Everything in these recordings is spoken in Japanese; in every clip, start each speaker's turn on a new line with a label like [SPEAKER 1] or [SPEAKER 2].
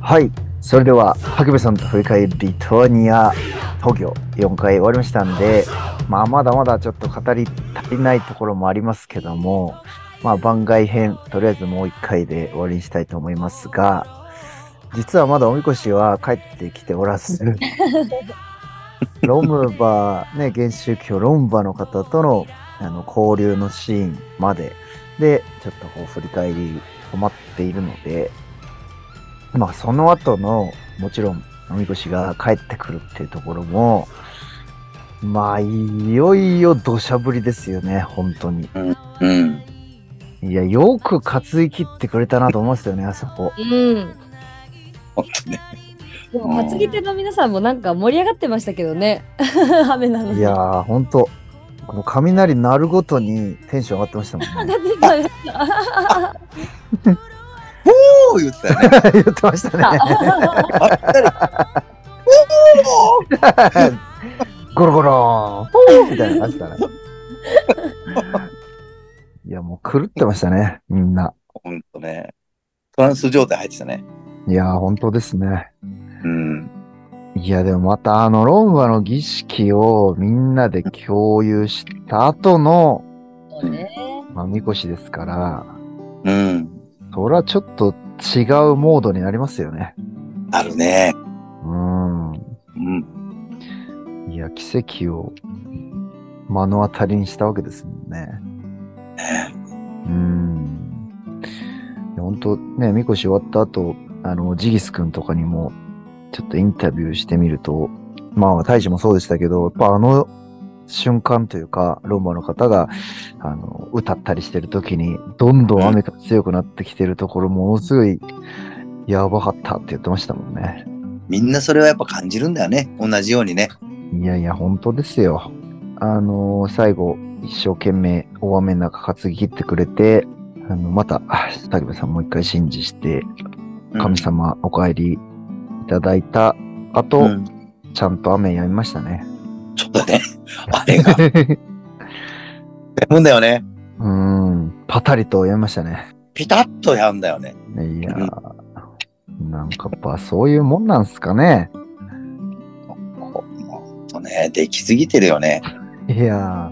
[SPEAKER 1] はい。それでは、ハクベさんと振り返るリトアニア、東京4回終わりましたんで、まあ、まだまだちょっと語り足りないところもありますけども、まあ、番外編、とりあえずもう1回で終わりにしたいと思いますが、実はまだおみこしは帰ってきておらず、ロムバー、ね、原宗教ロムバの方とのあの交流のシーンまでで、ちょっとこう振り返りを待っているので、まあその後の、もちろん、おみこしが帰ってくるっていうところも、まあ、いよいよ土砂降りですよね、本当に。
[SPEAKER 2] うん。
[SPEAKER 1] いや、よく担い切ってくれたなと思いますよね、あそこ。
[SPEAKER 3] うん。
[SPEAKER 2] 本当ね。
[SPEAKER 3] でも、担ぎ手の皆さんもなんか盛り上がってましたけどね。 雨なのに。
[SPEAKER 1] いやー、本当この雷鳴るごとにテンション上がってましたもんね
[SPEAKER 3] だ。ってさ
[SPEAKER 2] おー言ってたよね。
[SPEAKER 1] 言ってました ね。ゴロゴローンポーンみたいな感じだね。いや、もう狂ってましたね、みんな。
[SPEAKER 2] 本当ね。トランス状態入ってたね。
[SPEAKER 1] いやー、本当ですね。
[SPEAKER 2] うん。
[SPEAKER 1] いや、でもまたあの、ロンバの儀式をみんなで共有した後の、
[SPEAKER 3] そうね。
[SPEAKER 1] まあ、みこしですから、
[SPEAKER 2] うん。
[SPEAKER 1] それはちょっと違うモードになりますよね。
[SPEAKER 2] あるね。
[SPEAKER 1] う
[SPEAKER 2] うん。
[SPEAKER 1] ん。いや、奇跡を目の当たりにしたわけですもんね。
[SPEAKER 2] ね
[SPEAKER 1] うん。いや本当ね、みこし終わった後、あの、ジギス君とかにも、ちょっとインタビューしてみると、まあ、大使もそうでしたけど、やっぱあの瞬間というか、ローマの方が、あの、歌ったりしてる時に、どんどん雨が強くなってきてるところ、ものすごい、やばかったって言ってましたもんね。
[SPEAKER 2] みんなそれはやっぱ感じるんだよね。同じようにね。
[SPEAKER 1] いやいや、本当ですよ。あの、最後、一生懸命大雨の中担ぎ切ってくれて、あの、また、あ竹部さんもう一回信じして、
[SPEAKER 2] うん
[SPEAKER 1] 神。様お帰りいただいた後、
[SPEAKER 2] うん
[SPEAKER 1] ちゃんと雨やみました ね。
[SPEAKER 2] ちょっとね。あれが。やむんだよね。
[SPEAKER 1] うーん、パタリとやみましたね。
[SPEAKER 2] ピタッとやむんだよね。
[SPEAKER 1] いやー、なんかやっぱそういうもんなんすかね。
[SPEAKER 2] ほんとね。できすぎてるよね。
[SPEAKER 1] いや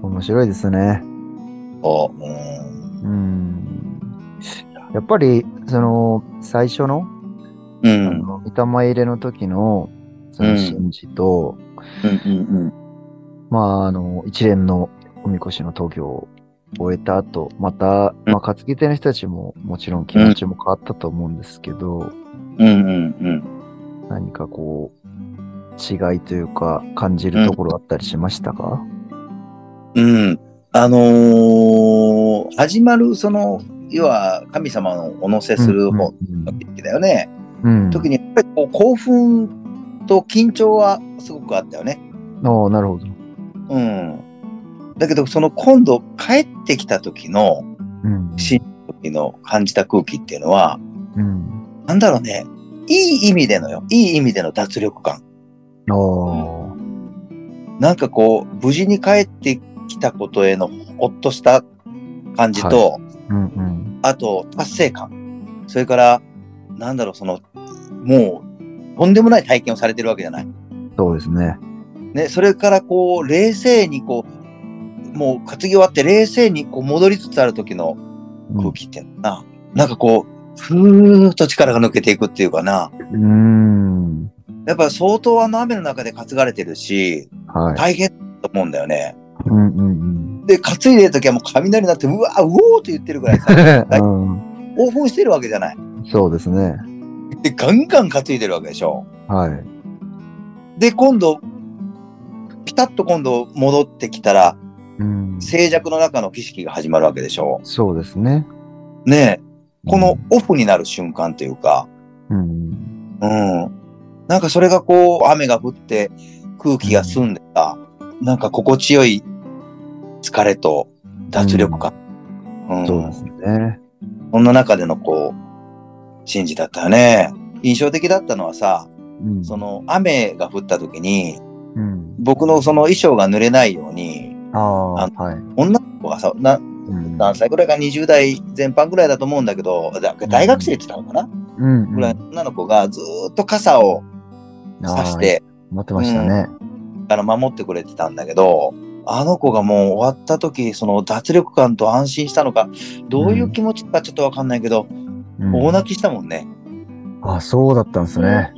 [SPEAKER 1] ー、面白いですね。
[SPEAKER 2] こう。うん。
[SPEAKER 1] うん。やっぱり、その、最初の、
[SPEAKER 2] う
[SPEAKER 1] あ
[SPEAKER 2] ん。
[SPEAKER 1] の、御霊入れの時の、その、神事と、
[SPEAKER 2] うんうん
[SPEAKER 1] まあ、あの、一連のおみこしの投票を終えた後、また、
[SPEAKER 2] うん
[SPEAKER 1] まあ、担ぎ手の人たちももちろん気持ちも変わったと思うんですけど、
[SPEAKER 2] うん。うんうん
[SPEAKER 1] 何かこう、違いというか、感じるところあったりしましたか、
[SPEAKER 2] うん。うん。あのー、始まる、その、要は神様のお乗せする方の時だよね。
[SPEAKER 1] うん。うん。
[SPEAKER 2] 時にやっぱりこう興奮と緊張はすごくあったよね。
[SPEAKER 1] ああ、なるほど。
[SPEAKER 2] うん。だけど、その今度帰ってきた時の、
[SPEAKER 1] うん。
[SPEAKER 2] し時の感じた空気っていうのは、
[SPEAKER 1] うん。
[SPEAKER 2] なんだろうね、いい意味でのよ、いい意味での脱力感。
[SPEAKER 1] あ
[SPEAKER 2] なんかこう、無事に帰ってきたことへのほっとした感じと、
[SPEAKER 1] あ、うんうん。
[SPEAKER 2] あと達成感。それから、なんだろう、その、もう、とんでもない体験をされてるわけじゃない。
[SPEAKER 1] そうですね。
[SPEAKER 2] ね、それからこう、冷静にこう、もう担ぎ終わって冷静にこう戻りつつある時の
[SPEAKER 1] うん
[SPEAKER 2] 空気っていうのかな、なんかこう、ふーっと力が抜けていくっていうかな。
[SPEAKER 1] うーん。
[SPEAKER 2] やっぱ相当あの雨の中で担がれてるし、
[SPEAKER 1] はい。
[SPEAKER 2] 大変だと思うんだよね。
[SPEAKER 1] うん うん
[SPEAKER 2] で、担いでる時はもう雷になって、うわ、うおーって言ってるぐらい さ、
[SPEAKER 1] うん。
[SPEAKER 2] 興奮してるわけじゃない。
[SPEAKER 1] うん、そうですね。
[SPEAKER 2] で、ガンガン担いでるわけでしょ。
[SPEAKER 1] はい。
[SPEAKER 2] で、今度、ピタッと今度戻ってきたら、
[SPEAKER 1] うん、
[SPEAKER 2] 静寂の中の儀式が始まるわけでしょ。
[SPEAKER 1] そうですね。
[SPEAKER 2] ねえ。このオフになる瞬間というか、
[SPEAKER 1] うん、
[SPEAKER 2] うん。なんかそれがこう、雨が降って、空気が澄んでた、なんか心地よい疲れと脱力感。うん。
[SPEAKER 1] うん、そうですね。
[SPEAKER 2] そんな中でのこう、神事だったよね。印象的だったのはさ、
[SPEAKER 1] うん、
[SPEAKER 2] そ、の雨が降った時に、
[SPEAKER 1] うん、
[SPEAKER 2] 僕のその衣装が濡れないように、
[SPEAKER 1] ああ、
[SPEAKER 2] あ
[SPEAKER 1] はい。
[SPEAKER 2] 女の子がさ、な
[SPEAKER 1] うん
[SPEAKER 2] 何歳ぐらいか20代前半ぐらいだと思うんだけど、だ大学生って言ってたのかな、
[SPEAKER 1] うん、
[SPEAKER 2] ぐらいの女の子がずーっと傘をさし、て、
[SPEAKER 1] 持ってましたね。
[SPEAKER 2] あの、守ってくれてたんだけど、あの子がもう終わった時、その脱力感と安心したのか、どういう気持ちかちょっとわかんないけど、
[SPEAKER 1] うん
[SPEAKER 2] 大泣きしたもんね。
[SPEAKER 1] あ、そうだったんですね。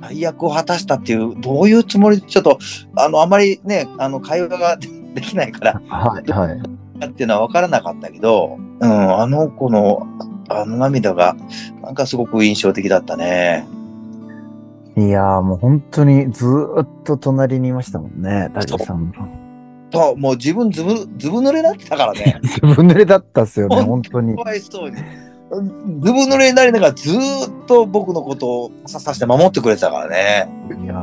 [SPEAKER 2] 大役を果たしたっていう、どういうつもり、ちょっと、あの、あまりね、あの、会話が できないから、
[SPEAKER 1] はい、はい。
[SPEAKER 2] っていうのは分からなかったけど、うん、あの子の、あの涙が、なんかすごく印象的だったね。
[SPEAKER 1] いやーもう本当にずーっと隣にいましたもんね、ダリさんも。。
[SPEAKER 2] と、もう自分ずぶ、ずぶ濡れになってたからね
[SPEAKER 1] ずぶ濡れだったっすよね、本当に
[SPEAKER 2] か。わいそうに。ずぶ濡れになりながらずーっと僕のことをささして守ってくれてたからね。
[SPEAKER 1] いや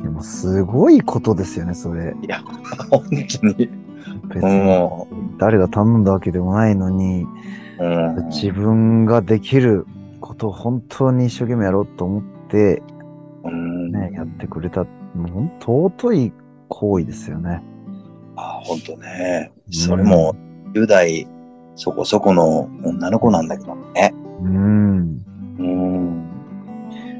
[SPEAKER 1] ー、でもすごいことですよね、それ。
[SPEAKER 2] いや、本当に。
[SPEAKER 1] 別に
[SPEAKER 2] も
[SPEAKER 1] 誰が頼んだわけでもないのに、
[SPEAKER 2] う、うん。
[SPEAKER 1] 自分ができることを本当に一生懸命やろうと思って、
[SPEAKER 2] うん
[SPEAKER 1] ね、やってくれた、もう本当尊い行為ですよね。
[SPEAKER 2] あ、本当ね。それも、10代そこそこの女の子なんだけどね。
[SPEAKER 1] うん。
[SPEAKER 2] うん。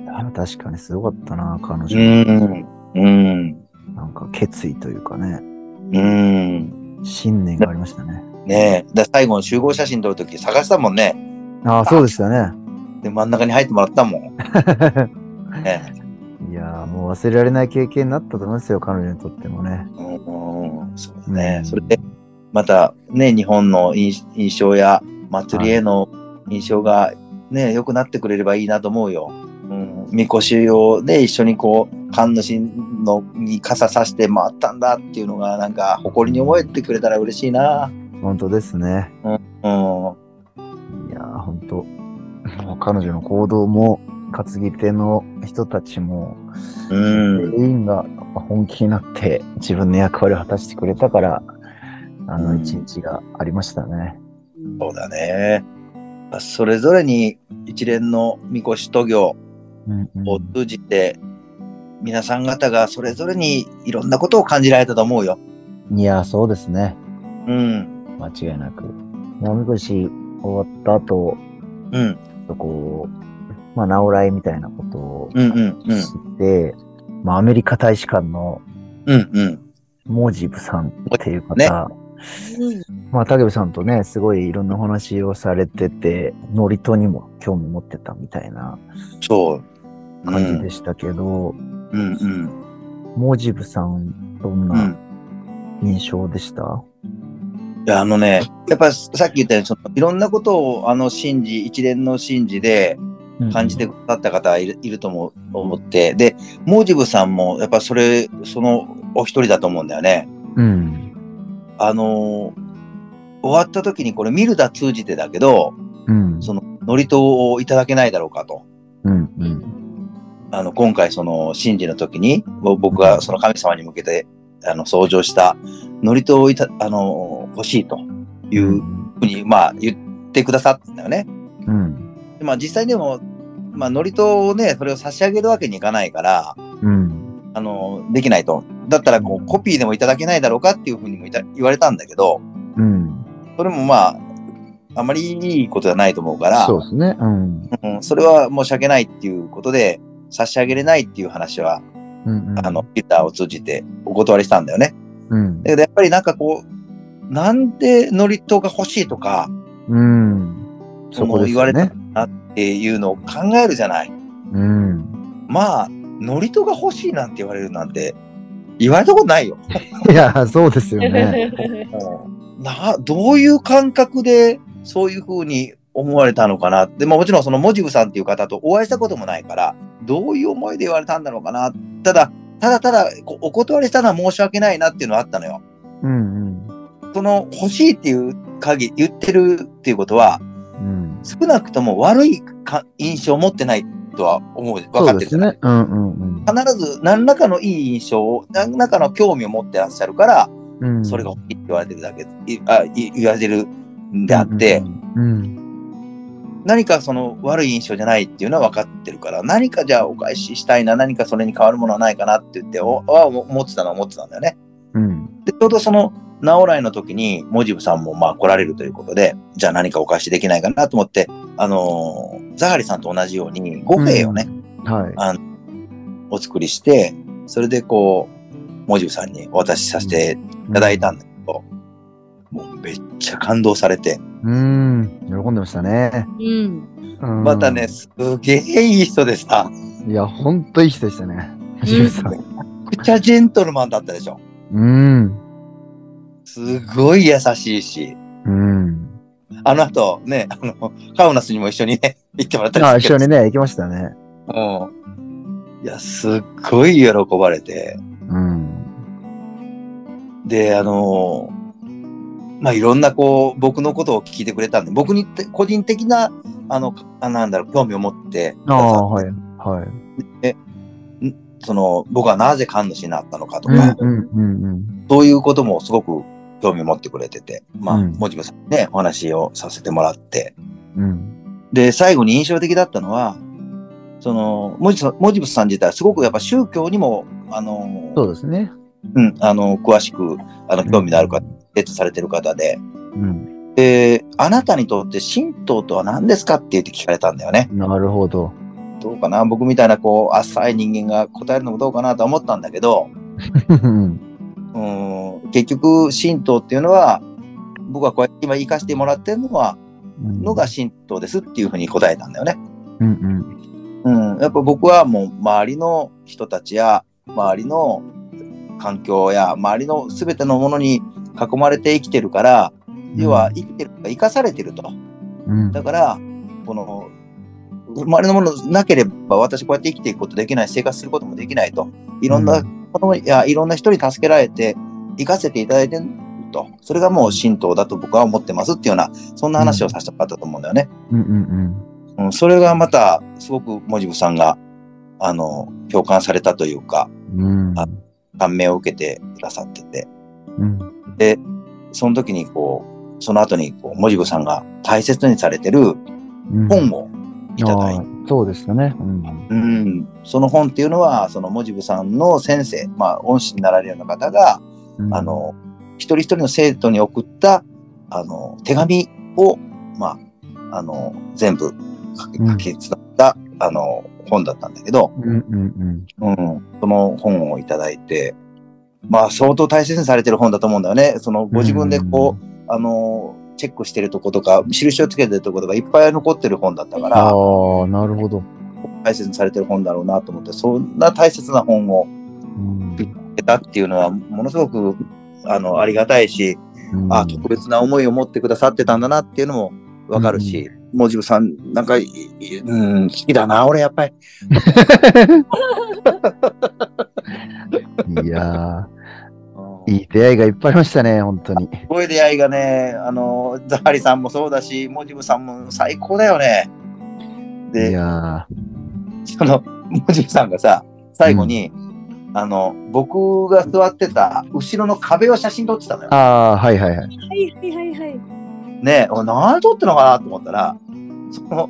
[SPEAKER 1] いや確かにすごかったな、彼
[SPEAKER 2] う
[SPEAKER 1] 女
[SPEAKER 2] ん。うん。
[SPEAKER 1] の。なんか決意というかね、
[SPEAKER 2] うん。
[SPEAKER 1] 信念がありましたね。
[SPEAKER 2] ねえ。だ最後の集合写真撮るとき探したもんね。
[SPEAKER 1] ああ、そうでしたね。
[SPEAKER 2] で、真ん中に入ってもらったもん。ね、
[SPEAKER 1] いやーもう忘れられない経験になったと思いますよ、彼女にとってもね。
[SPEAKER 2] うん。そうだね
[SPEAKER 1] う。ん
[SPEAKER 2] それで、また、ね、日本の印印象や祭りへの印象が、ね、良くなってくれればいいなと思うよ。うん。みこしをね、一緒にこう、神主のに傘さして回ったんだっていうのが、なんか、誇りに思えてくれたら嬉しいな。
[SPEAKER 1] 本当ですね。
[SPEAKER 2] うん。
[SPEAKER 1] いやー本当もう彼女の行動も、担ぎ手の人たちも、
[SPEAKER 2] うん。
[SPEAKER 1] 全員が本気になって自分の役割を果たしてくれたから、あ
[SPEAKER 2] う
[SPEAKER 1] の
[SPEAKER 2] ん
[SPEAKER 1] 一日がありましたね。
[SPEAKER 2] そうだね。それぞれに一連のみこしと行
[SPEAKER 1] うんうん
[SPEAKER 2] を通じて、皆さん方がそれぞれにいろんなことを感じられたと思うよ。
[SPEAKER 1] いやーそうですね。
[SPEAKER 2] うん。
[SPEAKER 1] 間違いなく。おみこし終わった後、
[SPEAKER 2] うん。
[SPEAKER 1] ちょっとこう、まあ、直来みたいなことを
[SPEAKER 2] うんうんうん。
[SPEAKER 1] して、まあ、アメリカ大使館の
[SPEAKER 2] うんうん。
[SPEAKER 1] モージブさんっていう方、まあ、武部さんとね、すごいいろんなお話をされてて、ノリトにも興味持ってたみたいな
[SPEAKER 2] そう。うん
[SPEAKER 1] 感じでしたけど、
[SPEAKER 2] うんうん。
[SPEAKER 1] モージブさん、どん
[SPEAKER 2] う。
[SPEAKER 1] なん印象でした、
[SPEAKER 2] いや、あのね、やっぱさっき言ったように、そのいろんなことを、あの、信じ、一連の信じで感じてくださった方いる,、いると思う思って、で、モージブさんも、やっぱそれ、その、お一人だと思うんだよね。
[SPEAKER 1] うん。
[SPEAKER 2] あのー終わった時にこれ見るだ通じてだけど、
[SPEAKER 1] うん。
[SPEAKER 2] その、祝詞をいただけないだろうかと。
[SPEAKER 1] うん。うん。。
[SPEAKER 2] あの、今回その、神事の時に、ぼ僕がその神様に向けて、あの、創上した祝詞をいた、あのー欲しいといううんふうに、まあ、言ってくださったんだよね。
[SPEAKER 1] うん。
[SPEAKER 2] でまあ、実際でも、まあ、祝詞をね、それを差し上げるわけにいかないから、
[SPEAKER 1] うん。
[SPEAKER 2] あのーできないと。だったら、こう、コピーでもいただけないだろうかっていうふうにもいた言われたんだけど、
[SPEAKER 1] うん。
[SPEAKER 2] それもまあ、あまりいいことじゃないと思うから、
[SPEAKER 1] そうですね。うん。
[SPEAKER 2] うんそれは申し訳ないっていうことで、差し上げれないっていう話は、
[SPEAKER 1] うんうん。
[SPEAKER 2] あの、、ツイッターを通じてお断りしたんだよね。
[SPEAKER 1] うん
[SPEAKER 2] だ。けどやっぱりなんかこう、なんで祝詞が欲しいとか
[SPEAKER 1] うん。そこですよね。
[SPEAKER 2] その言われっていうのを考えるじゃない。
[SPEAKER 1] うん。
[SPEAKER 2] まあ、祝詞が欲しいなんて言われるなんて、言われたことないよ。
[SPEAKER 1] いや、そうです よね。
[SPEAKER 2] な、どういう感覚でそういうふうに思われたのかなで、まあ、もちろんそのモジブさんっていう方とお会いしたこともないから、どういう思いで言われたんだろうかな。ただ、ただただこお断りしたのは申し訳ないなっていうのはあったのよ。
[SPEAKER 1] うん
[SPEAKER 2] その欲しいっていう限り言ってるっていうことは、
[SPEAKER 1] うん。うん。
[SPEAKER 2] 少なくとも悪いか印象を持ってないとは思う。分か
[SPEAKER 1] そう
[SPEAKER 2] っ
[SPEAKER 1] で
[SPEAKER 2] てるじ
[SPEAKER 1] す
[SPEAKER 2] ゃない
[SPEAKER 1] ね。うんうん
[SPEAKER 2] 必ず何らかのいい印象を、何らかの興味を持ってらっしゃるから、
[SPEAKER 1] うんうん。
[SPEAKER 2] それが欲しいって言われてるだけ、いあい言われてるんであって、
[SPEAKER 1] うん。
[SPEAKER 2] 何かその悪い印象じゃないっていうのは分かってるから、何かじゃあお返ししたいな、何かそれに変わるものはないかなって言って、おは思思ってたのは思ってたんだよね。
[SPEAKER 1] うん。
[SPEAKER 2] で、ちょうどその、直来の時に、モジブさんもまあ来られるということで、じゃあ何かお返しできないかなと思って、あのー、ザハリさんと同じように、五兵をね、
[SPEAKER 1] はい。
[SPEAKER 2] お作りして、それでこう、モジュさんにお渡しさせていただいたんだけど、もうめっちゃ感動されて、
[SPEAKER 1] うん。喜んでましたね。
[SPEAKER 3] うん。
[SPEAKER 1] うん
[SPEAKER 2] またね、。すげえいい人でさ、
[SPEAKER 1] いや、ほんといい人でしたね。はじめさん。
[SPEAKER 2] めっちゃジェントルマンだったでしょ。
[SPEAKER 1] うん。
[SPEAKER 2] すごい優しいし、
[SPEAKER 1] うん。
[SPEAKER 2] あの後ね、あの、カウナスにも一緒にね、行ってもらったり
[SPEAKER 1] あ、
[SPEAKER 2] す
[SPEAKER 1] 一
[SPEAKER 2] る
[SPEAKER 1] 緒
[SPEAKER 2] け
[SPEAKER 1] にね、行きましたね。
[SPEAKER 2] どうん。いや、すっごい喜ばれて、
[SPEAKER 1] うん。
[SPEAKER 2] で、あのまあ、いろんなこう、僕のことを聞いてくれたんで、僕にって個人的な、あの、あなんだろう、興味を持って、
[SPEAKER 1] ああ、はい。はい。
[SPEAKER 2] その、僕はなぜ神主になったのかと
[SPEAKER 1] うん
[SPEAKER 2] か、
[SPEAKER 1] うんうんうん。
[SPEAKER 2] そういうこともすごく興味を持ってくれてて、まあ、
[SPEAKER 1] うん
[SPEAKER 2] もじむさんにね、お話をさせてもらって、
[SPEAKER 1] うん。
[SPEAKER 2] で、最後に印象的だったのは、その、もじぶもじぶさん自体はすごくやっぱ宗教にも、あの、
[SPEAKER 1] そうですね。
[SPEAKER 2] うん、あの、詳しく、あの、興味のある方、レッツされてる方で、
[SPEAKER 1] うん。
[SPEAKER 2] で、あなたにとって神道とは何ですかって言って聞かれたんだよね。
[SPEAKER 1] なるほ ど。
[SPEAKER 2] どうかな僕みたいなこう、浅い人間が答えるのもどうかなとは思ったんだけど、
[SPEAKER 1] うん。
[SPEAKER 2] うーん、結局、神道っていうのは、僕はこうやって今生かしてもらってるのは、のが神道ですっていうふうに答えたんだよね。
[SPEAKER 1] うんうん。
[SPEAKER 2] うん、やっぱ僕はもう周りの人たちや、周りの環境や、周りの全てのものに囲まれて生きてるから、要は生きてる、生かされてると。
[SPEAKER 1] うん。
[SPEAKER 2] だから、この、周りのものなければ、私こうやって生きていくことできない、生活することもできないと。いろんな
[SPEAKER 1] う
[SPEAKER 2] ものいや、いろんな人に助けられて、生かせていただいてると。それがもう神道だと僕は思ってますっていうような、そんな話をさせてもらったと思うんだよね。
[SPEAKER 1] うんうん
[SPEAKER 2] うん、それがまた、すごくモジブさんが、あの、共感されたというか、
[SPEAKER 1] うん。うん。
[SPEAKER 2] あ感銘を受けてくださってて。
[SPEAKER 1] うん。
[SPEAKER 2] で、その時にこう、その後にこう、モジブさんが大切にされてる
[SPEAKER 1] うん。
[SPEAKER 2] 本をいただいて
[SPEAKER 1] あーそうでしたね。うん。
[SPEAKER 2] うん、その本っていうのは、そのモジブさんの先生、まあ、恩師になられるような方が、
[SPEAKER 1] うん
[SPEAKER 2] あ、の、一人一人の生徒に送った、あの、手紙を、まあ、あの、全部書き、
[SPEAKER 1] うん
[SPEAKER 2] 書きつった、あの、本だったんだけど、
[SPEAKER 1] うんうん
[SPEAKER 2] うん、その本をいただいて、まあ、相当大切にされてる本だと思うんだよね。その、
[SPEAKER 1] うん。
[SPEAKER 2] ご自分でこう、あの、チェックしてるとことか、印をつけてるとことかいっぱい残ってる本だったか
[SPEAKER 1] あ
[SPEAKER 2] ら、
[SPEAKER 1] あ、なるほど。
[SPEAKER 2] 大切にされてる本だろうなと思って、そんな大切な本を、
[SPEAKER 1] うん
[SPEAKER 2] ってたっていうのはものすごくあのありがたいし、
[SPEAKER 1] うん
[SPEAKER 2] あ特別な思いを持ってくださってたんだなっていうのもわかるし、もう自分さんなんかいいうん好きだな俺やっぱり
[SPEAKER 1] いやー、いい出会いがいっぱいありましたね、本当に。
[SPEAKER 2] すごい出会いがねあのザハリさんもそうだしもう自分さんも最高だよね
[SPEAKER 1] い
[SPEAKER 2] で
[SPEAKER 1] や
[SPEAKER 2] そのもう自分さんがさ最後に、あの僕が座ってた後ろの壁を写真撮ってたのよ
[SPEAKER 1] ー、。ああ、はいはいはい。
[SPEAKER 3] はいはいはいはい。
[SPEAKER 2] ねえ、お何撮ってんのかなと思ったら、その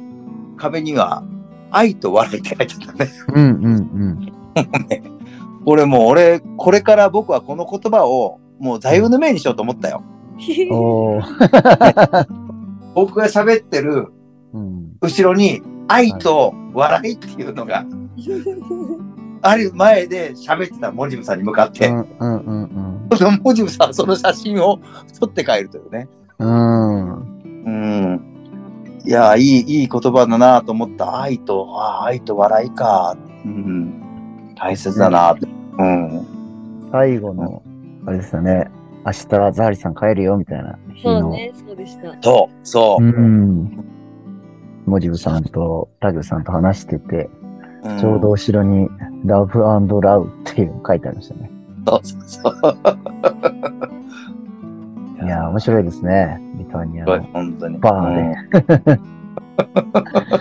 [SPEAKER 2] 壁には、愛と笑いって書いてあったね。
[SPEAKER 1] うんうん
[SPEAKER 2] 俺もう、俺、これから僕はこの言葉を、もう座右の銘にしようと思ったよ。
[SPEAKER 1] うん。おお。
[SPEAKER 2] 僕が喋ってる
[SPEAKER 1] うん。
[SPEAKER 2] 後ろに、愛と笑いっていうのが、ある前で喋ってたモジブさんに向かっ
[SPEAKER 1] う
[SPEAKER 2] て、
[SPEAKER 1] んうんうん
[SPEAKER 2] そのモジブさんはその写真を撮って帰るというね。
[SPEAKER 1] うん。うん。
[SPEAKER 2] うん。いや、いい、いい言葉だなと思った。愛と、あ愛と笑いか。うん。大切だなと。うん。
[SPEAKER 1] 最後の、あれですよね。明日はザハリさん帰るよ、みたいな日
[SPEAKER 3] そう
[SPEAKER 1] の。
[SPEAKER 3] ね、そうでした。
[SPEAKER 2] そう、そうう。
[SPEAKER 1] ん。モジブさんとタグさんと話してて、
[SPEAKER 2] うん
[SPEAKER 1] ちょうど。後ろに Love Love っていうの書いてありましたね。
[SPEAKER 2] そうそうそう。
[SPEAKER 1] いやー、面白いですね。リトアニア
[SPEAKER 2] すごい、
[SPEAKER 1] の
[SPEAKER 2] 本当に。
[SPEAKER 1] バーで。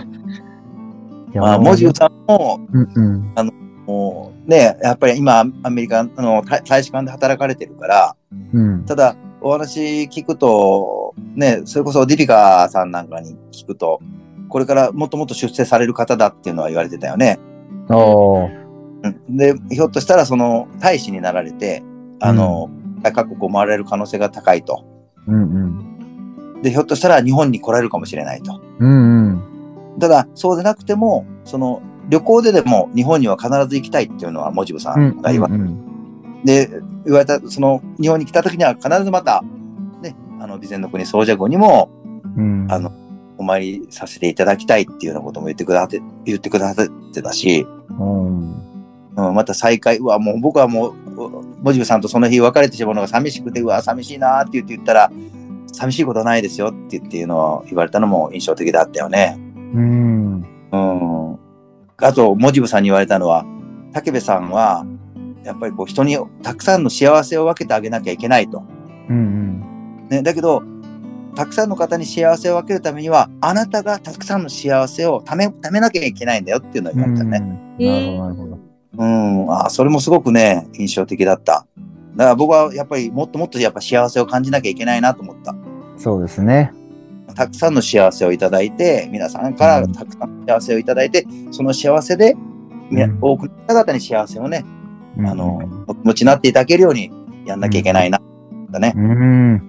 [SPEAKER 1] い
[SPEAKER 2] うん
[SPEAKER 1] や
[SPEAKER 2] まあ、モジブさんも、
[SPEAKER 1] うんうん。
[SPEAKER 2] もう、ね、やっぱり今、アメリカの大大使館で働かれてるから、
[SPEAKER 1] うん。
[SPEAKER 2] ただ、お話聞くと、ね、それこそディピカさんなんかに聞くと、これからもっともっと出世される方だっていうのは言われてたよね。
[SPEAKER 1] おー
[SPEAKER 2] うんで、ひょっとしたら、その、大使になられて、あの、各国を回られる可能性が高いと。
[SPEAKER 1] うんうん。
[SPEAKER 2] で、ひょっとしたら日本に来られるかもしれないと。
[SPEAKER 1] うんうん。
[SPEAKER 2] ただ、そうでなくても、その、旅行ででも日本には必ず行きたいっていうのは、モジブさんが言わ,、
[SPEAKER 1] うんうん
[SPEAKER 2] で言われた、その、日本に来た時には必ずまた、ね、あの、備前の国総社号にも、
[SPEAKER 1] うん。
[SPEAKER 2] あの、お参りさせていただきたいっていうようなことも言ってくださって、言ってくださってたし、
[SPEAKER 1] うん。
[SPEAKER 2] うん、また再会、うわ、もう僕はもう、うモジブさんとその日別れてしまうのが寂しくて、うわ、寂しいなーって言って言ったら、寂しいことはないですよって言っていうのを言われたのも印象的だったよね。
[SPEAKER 1] うん。
[SPEAKER 2] うん。あと、モジブさんに言われたのは、武部さんは、やっぱりこう人にたくさんの幸せを分けてあげなきゃいけないと。
[SPEAKER 1] うん
[SPEAKER 2] ね、だけど、たくさんの方に幸せを分けるためには、あなたがたくさんの幸せをため、ためなきゃいけないんだよっていうのを
[SPEAKER 1] うん。
[SPEAKER 2] 言われたね。
[SPEAKER 1] うんなるほど、なるほど。
[SPEAKER 2] うん、あーそれもすごくね、印象的だった。だから僕はやっぱりもっともっとやっぱ幸せを感じなきゃいけないなと思った。
[SPEAKER 1] そうですね。
[SPEAKER 2] たくさんの幸せをいただいて、皆さんからたくさんの幸せをいただいて、その幸せで、み
[SPEAKER 1] うん
[SPEAKER 2] 多くの方々に幸せをね、
[SPEAKER 1] うん
[SPEAKER 2] あの、お持ちになっていただけるようにやんなきゃいけないな、だね。
[SPEAKER 1] うん。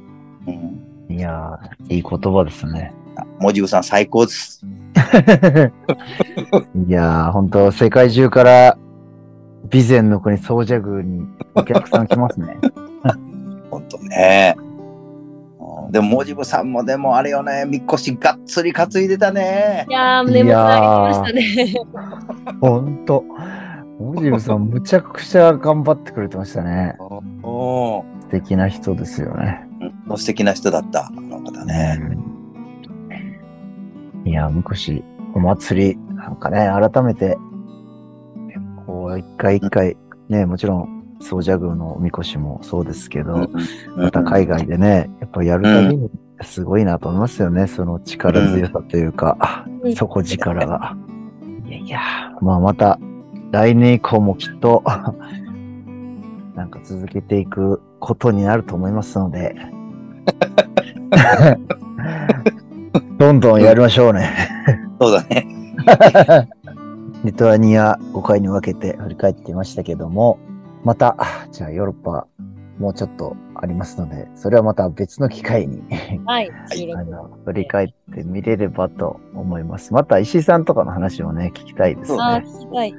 [SPEAKER 2] うん。
[SPEAKER 1] いやー、いい言葉です ね。
[SPEAKER 2] あモジブさん最高です。
[SPEAKER 1] いやー、本当世界中から、備前の国総社宮にお客さん来ます ね。
[SPEAKER 2] ほんとね。うんでも、モジブさんもでもあれよね、みっこしがっつり担いでたね
[SPEAKER 3] い。やー、胸も上げてましたね。
[SPEAKER 1] ほんと。モジブさん、むちゃくちゃ頑張ってくれてましたね。
[SPEAKER 2] おー
[SPEAKER 1] 素敵な人ですよね。
[SPEAKER 2] の素敵な人だった、あの方ね。
[SPEAKER 1] うんいや、昔、お祭り、なんかね、改めて、こう、一回一回、ね、もちろん、総社宮のおみこしもそうですけど、また海外でね、やっぱやるたびに、すごいなと思いますよね、その力強さというか、
[SPEAKER 3] うん
[SPEAKER 1] 底力が。いやいや、まあまた、来年以降もきっと、 なんか続けていくことになると思いますの で、どんどんやりましょうね。
[SPEAKER 2] そうだね。
[SPEAKER 1] リトアニア5回に分けて振り返っていましたけども、また、じゃあヨーロッパもうちょっとありますので、それはまた別の機会 に
[SPEAKER 3] はい、収
[SPEAKER 1] あ
[SPEAKER 3] 録
[SPEAKER 1] の振り返ってみれればと思います。また石井さんとかの話もね、聞きたいですね。
[SPEAKER 3] あー、聞きたい。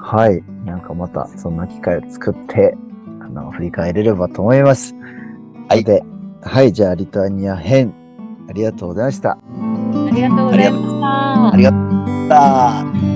[SPEAKER 1] はい。なんかまたそんな機会を作って、あの、振り返れればと思います。
[SPEAKER 2] はい
[SPEAKER 1] で、はい、じゃあリトアニア編、ありがとうございました。
[SPEAKER 3] ありがとうございました
[SPEAKER 2] あ。りがとうございました。